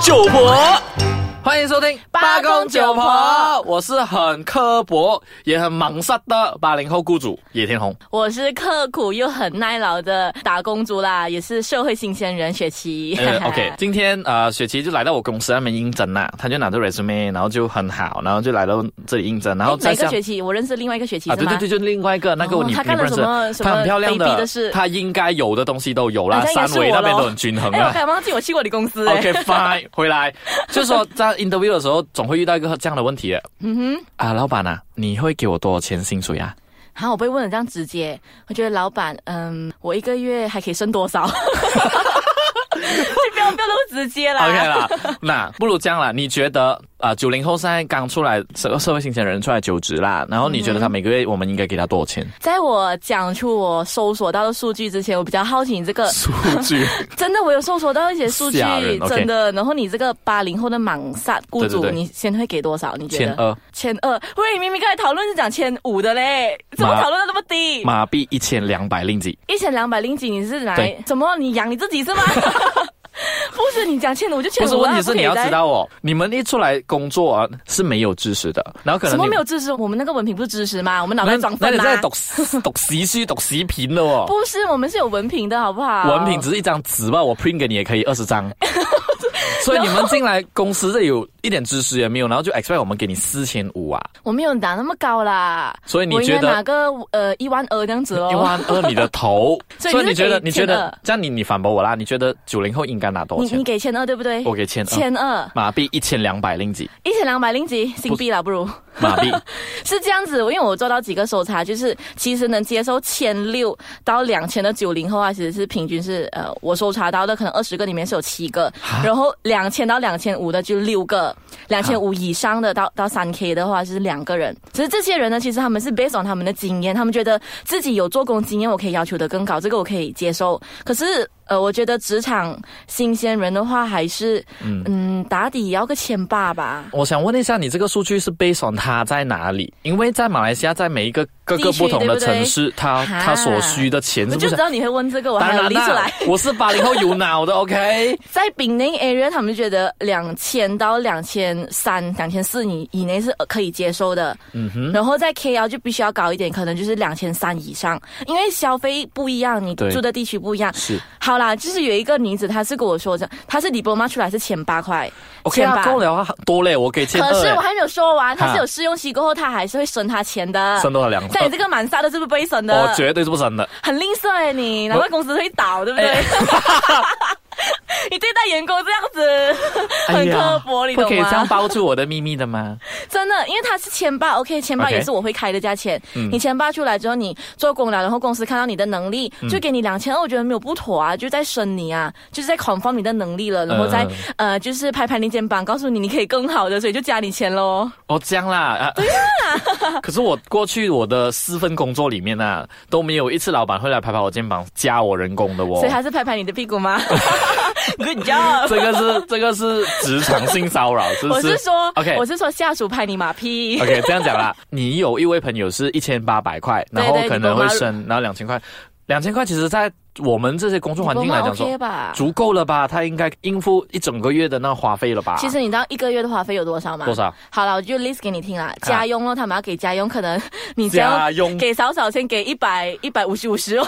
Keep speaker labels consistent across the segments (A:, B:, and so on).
A: 九婆，欢迎收听
B: 八公九婆
A: 我是很刻薄也很忙塞的八零后雇主野天 红。
B: 我是刻苦又很耐劳的打工族啦，也是社会新鲜人雪琪。
A: 呃，OK，今天呃，雪琪就来到我公司那边应征啦，她就拿着 resume，然后就很好，然后就来到这里应征，然后
B: 诶哪
A: 再
B: 一哎个
A: 向
B: 学期？我认识另外一个学期
A: 啊，
B: 是
A: 对
B: 吗？
A: 对对，就另外一个那个
B: 哦
A: 你
B: 她
A: 你
B: 干
A: 不
B: 了
A: 认识
B: 什么，什
A: 她
B: 么啊
A: 很漂亮
B: baby 的事
A: 她应该有的东西都有啦
B: 好，像
A: 三
B: 也是
A: 围
B: 我
A: 那边
B: 咯
A: 都很均衡
B: 哎、我
A: 啊。
B: 敢忘记我去过你公司、哎
A: OK fine，回来就是说在 interview 的时候总会遇到一个这样的问题的
B: 嗯哼，
A: 啊，老板啊，你会给我多少钱薪水啊？
B: 好，我被问的这样直接，我觉得老板，嗯，我一个月还可以剩 多少？你不要不要那么直接啦。
A: OK 啦， 那不如这样啦，你觉得啊，九、0零后现在刚出来社社会新鲜人出来就职啦，然后你觉得他每个月我们应该给他多少钱？
B: 在我讲出我搜索到的数据之前，我比较好奇你这个
A: 数据
B: 真的，我有搜索到一些数据
A: 吓人，，OK
B: 真的。然后你这个八零后的莽杀雇主，
A: 对对对
B: 你先会给多少？你觉
A: 千
B: 得？
A: 二，
B: 千二？喂，明明刚才讨论是讲千五的嘞，怎么
A: 妈
B: 讨论到那么低？
A: 马币一千两百令吉，
B: 一千两百零几，你是来
A: 对
B: 怎么？你养你自己是 吗？不是，你讲千五就
A: 不
B: 千
A: 是
B: 五
A: 问
B: 啊！
A: 题是你要
B: 可
A: 知
B: 以再
A: 道哦，你们一出来工作啊是没有知识的，然后可能
B: 什么
A: 你
B: 没有知识？我们那个文凭不是知识吗？我们脑
A: 那
B: 袋装啊
A: 那
B: 分
A: 你
B: 吗
A: 在？读读习书读习评的哦。
B: 不是，我们是有文凭的好不好？
A: 文凭只是一张纸吧，我 print 给你也可以二十张。 所以你们进来公司这里有一点知识也没有，然后就 expect 我们给你四千五啊？
B: 我没有拿那么高啦。
A: 所以你
B: 我应该
A: 觉得
B: 拿个呃一万二这样子咯？
A: 一万二你的头，
B: 所以
A: 你
B: 你是
A: 觉得
B: 给
A: 你觉得
B: 1200
A: 这样你你反驳我啦？你觉得九零后应该拿多少
B: 你
A: 钱
B: 你？给千二对不对？
A: 我给嗯千二，
B: 千二。
A: 马币一千两百令吉，
B: 一千两百零几新币啦，不如
A: 马币
B: 是这样子。因为我做到几个搜查，就是其实能接受千六到两千的九零后啊，其实是平均是呃，我搜查到的可能二十个里面是有七个，然后两千到两千五的就六个，两千五以上的到到三 K 的话是两个人。只是这些人呢，其实他们是 based on 他们的经验，他们觉得自己有做工经验，我可以要求的更高，这个我可以接受。可是呃，我觉得职场新鲜人的话，还是嗯打底也要个千八吧。
A: 我想问一下，你这个数据是 based on 它在哪里？因为在马来西亚，在每一个各个
B: 地区
A: 不同的
B: 对不对
A: 城市，它
B: 哈
A: 它所需的钱
B: 我
A: 是不
B: 就知
A: 是？
B: 道你会问这个，我
A: 当
B: 还有
A: 然
B: 理出
A: 啦
B: 来。，
A: 我是八零后有脑的 ，OK。
B: 在丙宁 area，他们觉得两千到两千三、两千四以以内是可以接受的。嗯哼。然后在 KL 就必须要高一点，可能就是两千三以上，因为消费不一样，你
A: 对
B: 住的地区不一样。
A: 是。
B: 好啦，就是有一个女子，她是跟我说这，她是 diploma 出来是千八块。
A: OK
B: 千
A: 啊，
B: 八
A: 够了啊，多嘞，我给千
B: 可
A: 二
B: 是
A: 嘞
B: 我，还没有说完，她
A: 哈
B: 是有试用期过后，她还是会省她钱的。
A: 省多少两
B: 像你这个蛮傻的，是不是不会省的？
A: 我绝对是不省的。
B: 很吝啬哎、你难怪公司会倒，对不对？
A: 哎
B: 你对待员工这样子，很刻薄，你
A: 不可
B: 懂
A: 以这样
B: 吗？
A: 包住我的秘密的吗？
B: 真的，因为他是千八，OK，千八
A: OK 嗯
B: 也是我会开的价钱。你千八出来之后，你做工了，然后公司看到你的能力，
A: 嗯
B: 就给你两千二，哦我觉得没有不妥啊，就在升你啊，就是在 confirm 你的能力了，然后再
A: 嗯
B: 呃，就是拍拍你肩膀，告诉你你可以更好的，所以就加你钱喽。
A: 哦，这样啦，啊、对呀、 可是我过去我的四份工作里面啊，都没有一次老板会来拍拍我肩膀加我人工的哦
B: 所以。还是拍拍你的屁 股吗？Good job。
A: 这个是 这个是职场性骚扰，是不
B: 我
A: 是？
B: 是说
A: OK
B: 我是说下属拍你马屁。
A: OK，这样讲啦，你有一位朋友是一千八百块，然后
B: 对对
A: 可能
B: 你
A: 会
B: 懂吗
A: 升，然后两千块，两千块其实，在我们这些工作环境来讲说
B: OK 吧？
A: 足够了吧？他应该应付一整个月的那花费了吧？
B: 其实你知道一个月的花费有多少吗？
A: 啊多？少？
B: 好了，我就 list 给你听啦。家用咯，他们要给家用，可能你只
A: 家
B: 要
A: 用
B: 给少少先给一百一百五十五十 哦。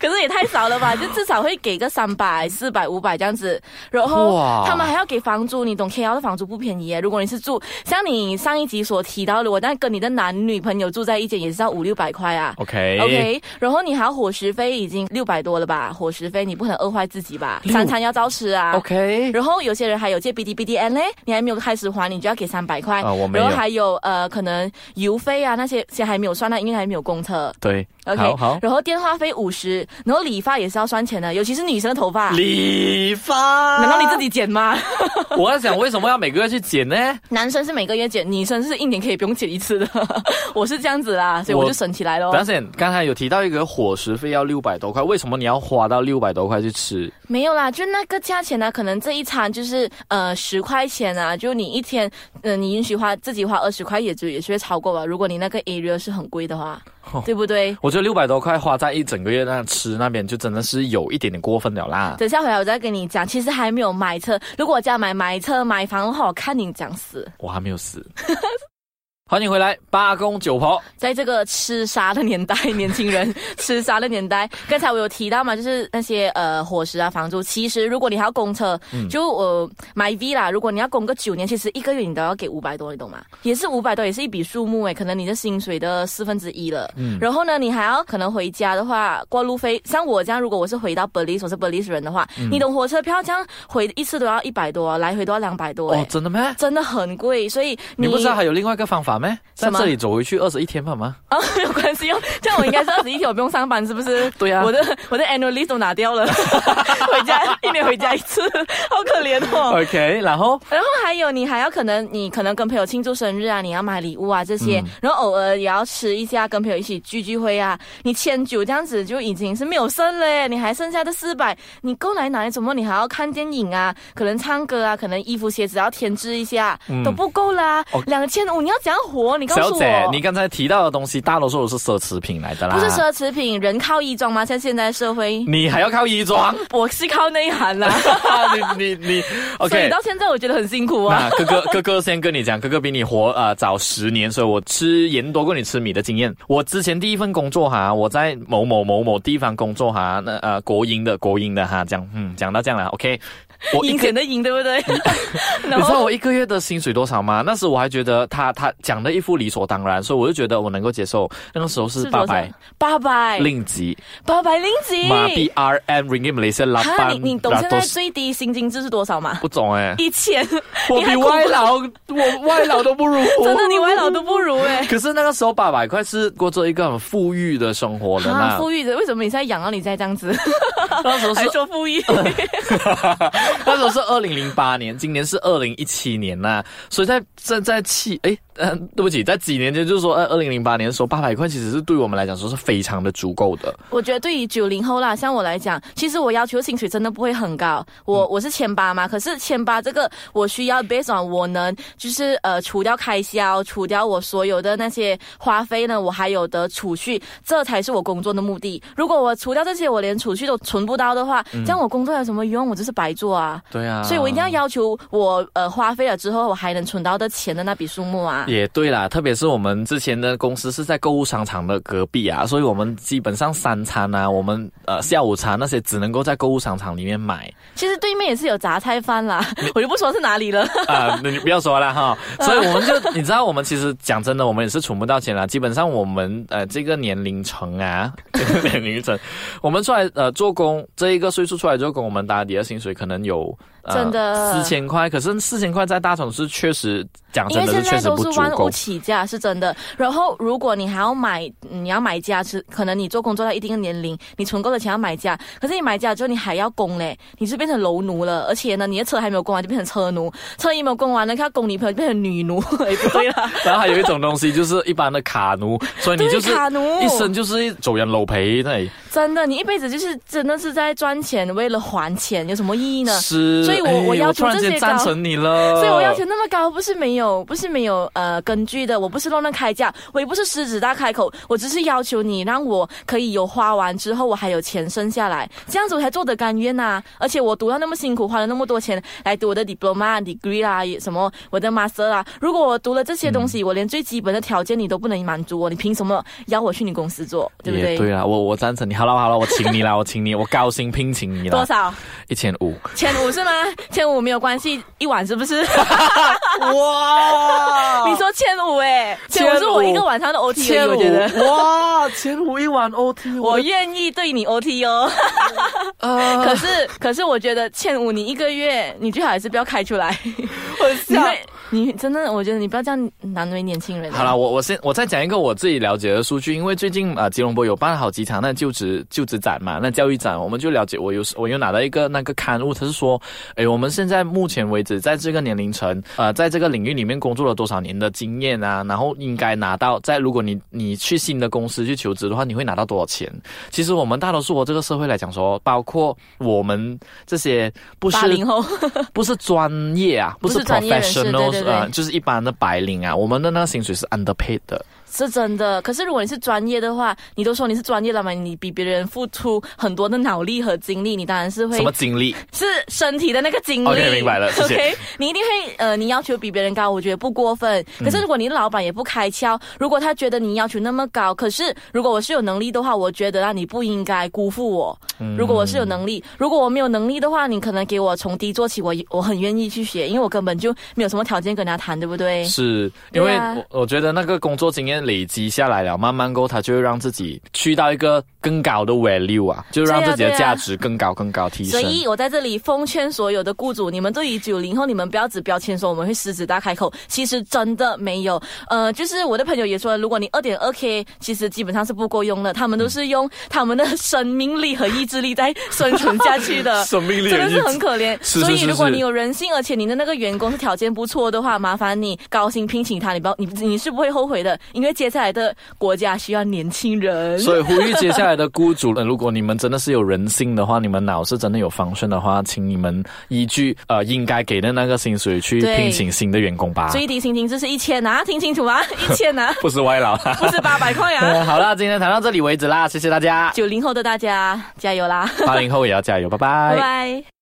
B: 可是也太少了吧？就至少会给个三百、四百、五百这样子。然后
A: 哇
B: 他们还要给房租，你懂 KL 的房租不便宜耶。如果你是住像你上一集所提到的，我那跟你的男女朋友住在一间也是要五六百块啊。
A: OK
B: OK，然后你还有伙食费已经六百多了吧？伙食费你不可能饿坏自己吧？
A: 六
B: 三餐要照吃啊。
A: OK，
B: 然后有些人还有借 B D B D N 嘞，你还没有开始还，你就要给三百块。
A: 啊我没有
B: 然后还有呃，可能油费啊那些先还没有算到，因为还没有公车。
A: 对
B: OK，
A: 好好。
B: 然后电话费五十，然后理发也是要算钱的，尤其是女生的头发。
A: 理发
B: 啊难道你自？己剪吗？
A: 我在想为什么要每个月去剪呢？
B: 男生是每个月剪，女生是一年可以不用剪一次的。 我是这样子啦，所以
A: 我
B: 我就省起来咯。
A: 而且刚才有提到一个伙食费要六百多块，为什么你要花到六百多块去吃？
B: 没有啦，就那个价钱呢、可能这一餐就是呃十块钱啊，就你一天，嗯、你允许花自己花二十块也就也是会超过吧。如果你那个 area 是很贵的话，
A: 哦
B: 对不对？
A: 我觉得六百多块花在一整个月那吃那边，就真的是有一点点过分了啦。
B: 等下回来我再跟你讲，其实还没有买车。如果我家买买车买房的话，我看你讲死。
A: 我还没有死。 欢迎回来，八公九婆。
B: 在这个吃沙的年代，年轻人吃沙的年代，刚才我有提到嘛，就是那些呃伙食啊、房租。其实如果你还要供车，
A: 嗯
B: 就我、呃买 V 啦，如果你要供个九年，其实一个月你都要给五百多，你懂吗？也是五百多，也是一笔数目诶，可能你的薪水的四分之一了。
A: 嗯
B: 然后呢，你还要可能回家的话，过路费，像我这样，如果我是回到 Belize，我是 Belize 人的话，
A: 嗯
B: 你懂火车票这样回一次都要一百多，来回都要两百多诶，
A: 哦，真的吗？
B: 真的很贵。所以
A: 你不知道还有另外一个方法吗？在
B: 什么
A: 这里走回去二十一天吧吗？
B: 啊， 没有关系哦，这样我应该是二十一天，我不用上班，是不是？
A: 对啊
B: 我的我的 annual leave 都拿掉了， 回家一年回家一次， 好可怜哦。
A: OK，然后
B: 然后还有你还要可能你可能跟朋友庆祝生日啊，你要买礼物啊这些，
A: 嗯
B: 然后偶尔也要吃一下，跟朋友一起聚聚会啊。你千九这样子就已经是没有剩了耶，你还剩下的四百，你够来哪里？怎么你还要看电影啊？可能唱歌啊，可能衣服鞋子要添置一下，都不够啦
A: 嗯哦。
B: 两千五你要怎样活？你告
A: 小
B: 诉我。
A: 姐，你刚才提到的东西，大多数都是奢侈品来的啦。
B: 不是奢侈品，人靠衣装吗？像现在社 会，
A: 你还要靠衣 装？
B: 我是靠内涵啦。
A: 你你你
B: 所以
A: ，OK
B: 到。现在我觉得很辛苦啊。
A: 那哥哥哥哥先跟你讲，哥哥比你活呃早十年，所以我吃盐多过你吃米的经验。我之前第一份工作哈，我在某某某某地方工作哈，那呃国营的国营的哈，这样嗯讲到这样了，OK。我一
B: 赢
A: 个
B: 钱的赢，对不对？ 然
A: 你知道
B: 后
A: 我一个月的薪水多少吗？那时我还觉得他他讲的一副理所当然，所以我就觉得我能够接受。那个时候是八百，
B: 八百，
A: 令吉，
B: 八百零几。
A: 马币 R M Ringgit Malaysia 拉
B: 哎哈，
A: 班
B: 你你懂现在
A: ratus
B: 最低薪金制是多 少吗？
A: 不懂哎、
B: 一千，
A: 我
B: 你还
A: 比
B: 恐怖，
A: 外劳我外劳都不如
B: 真的你歪老都不如哎。
A: 可是那个时候八百块是过着一个很富裕的生活的
B: 啊，
A: 嘛，
B: 富裕的，为什么你现在养到你现在这样子，
A: 那时候
B: 还
A: 是
B: 说富裕？
A: 那时候是二零零八年，今年是二零一七年呐、所以在在在七哎。嗯、对不起，在几年前就是说，呃，二零零八年的时候，八百块其实是对我们来讲说是非常的足够的。
B: 我觉得对于九零后啦，像我来讲，其实我要求薪水真的不会很高，我我是千八嘛，可是千八这个我需要 based on 我能就是呃除掉开销，除掉我所有的那些花费呢，我还有的储蓄，这才是我工作的目的。如果我除掉这些，我连储蓄都存不到的话，这样我工作有什么用？我就是白做啊。
A: 对啊，
B: 所以我一定要要求我呃花费了之后，我还能存到的钱的那笔数目啊。
A: 也对啦，特别是我们之前的公司是在购物商场的隔壁啊，所以我们基本上三餐啊，我们呃下午茶那些只能够在购物商场里面买
B: 其实对面也是有杂菜饭啦， 我就不说是哪里了。
A: 啊、那你不要说了哈。所以我们就你知道，我们其实讲真的，我们也是存不到钱啦。基本上我们呃这个年龄层啊， 这个年龄层，我们出来呃做工这一个岁数出来做工，我们打底的薪水可能有。呃
B: 真的
A: 四千块，可是四千块在大城市确实讲
B: 因
A: 啊真
B: 为
A: 的是
B: 现
A: 确
B: 在
A: 实
B: 都
A: 不
B: 是
A: 足
B: 万
A: 够
B: 物。起价，是真的。然后，如果你还要买，你要买家是可能你做工做到一定的年龄，你存够了钱要买家，可是你买家之后你还要供嘞，你就变成楼奴了。而且呢，你的车还没有供完就变成车奴，车也没有供完呢，要供女朋友就变成女奴，也不 对啊啦，
A: 然后还有一种东西就是一般的卡奴，所以你
B: 对
A: 就是
B: 卡奴
A: 一生就是走人老陪那里
B: 真的，你一辈子就是真的是在赚钱，为了还钱，有什么意义呢？
A: 是，
B: 所以我
A: 哎
B: 我要求
A: 突然
B: 这
A: 间
B: 些
A: 赞
B: 高
A: 成你了，
B: 所以我要求那么高，不是没有，不是没有呃根据的，我不是乱乱开价，我也不是狮子大开口，我只是要求你让我可以有花完之后，我还有钱剩下来，这样子我才做得甘愿呐、而且我读到那么辛苦，花了那么多钱来读我的 diploma、degree 啦，也什么我的 master 啦，如果我读了这些东西，我连最基本的条件你都不能满足我，你凭什么邀我去你公司做，对不
A: 也
B: 对？
A: 对啊啦，我我赞成你。好了好了，我请你啦，我请你，我高薪聘请你
B: 多
A: 啦，
B: 少？
A: 一千五。
B: 千五是吗？千五没有关系，一晚是不是？
A: 哇
B: 你说千五哎，千五
A: 1500
B: 是我一个晚上的 OT，而已我觉得。
A: 哇，千五一晚 OT，
B: 我愿意对你 OT 哦，
A: 呃，
B: 可是可是我觉得欠五你一个月，你最好还是不要开出 来。
A: 我
B: 你会你真的，我觉得你不要这样难为年轻人。
A: 好了，，我我先我再讲一个我自己了解的数据，因为最近啊、呃吉隆坡有办好几场那就职就职展嘛，那教育展，我们就了解，我有我又拿到一个那个刊物，他是说，诶，我们现在目前为止在这个年龄层，呃，在这个领域里面工作了多少年的经验啊，然后应该拿到，在如果你你去新的公司去求职的话，你会拿到多少钱？其实我们大多数我这个社会来讲说，包括我们这些不是
B: 八零后
A: 不是专业啊，不
B: 不
A: 是
B: 是专业人士
A: professional，
B: 对对对
A: 啊呃，就是一般的白领啊，我们的那个薪水是 underpaid 的。
B: 是真的。可是如果你是专业的话，你都说你是专业了嘛，你比别人付出很多的脑力和精力，你当然是会
A: 什么经历？
B: 是身体的那个精力。
A: OK，明 白了谢谢
B: OK，你一定会呃，你要求比别人高，我觉得不过分。
A: 嗯
B: 可是如果你的老板也不开窍，如果他觉得你要求那么高，可是如果我是有能力的话，我觉得啊，你不应该辜负我。 如果我是有能力，如果我没有能力的话，你可能给我从低做起，我我很愿意去学，因为我根本就没有什么条件跟他谈，对不对？
A: 嗯是因为
B: 对啊
A: 我我觉得那个工作经验累积下来了，慢慢够，他就会让自己去到一个更高的 value 啊，就是让
B: 对啊
A: 自己的
B: 对啊
A: 价值更高更高提
B: 所
A: 升。
B: 以我在这里奉劝所有的雇主，你们对于九零后，你们不要只标签说我们会狮子大开口，其实真的没有。呃，就是我的朋友也说，如果你二点二 k，其实基本上是不够用的，他们都是用他们的生命力和意志力在生存下去 的。
A: 生 命力
B: 真
A: 的
B: 的
A: 意
B: 是很
A: 志，
B: 可怜，
A: 是是
B: 所以
A: 是
B: 如果
A: 是
B: 你有人性，而且你的那个员工是条件不错的话，麻烦你高薪聘请他，你不要你你是不会后悔的，因为接下来的国家需要年轻人。
A: 所以呼吁接下来的雇主， 呃如果你们真的是有人性的话，你们脑是真的有方顺的话，请你们依据呃应该给的那个薪水去
B: 对
A: 聘请新的员工吧，
B: 最低薪金就是一千啊，听清楚啊，一千 啊。
A: 不是歪佬。
B: 不是八百块啊！
A: 好啦，今天谈到这里为止啦，谢谢大家，
B: 九零后的大家加油啦，
A: 八零后也要加油，拜拜
B: 拜拜。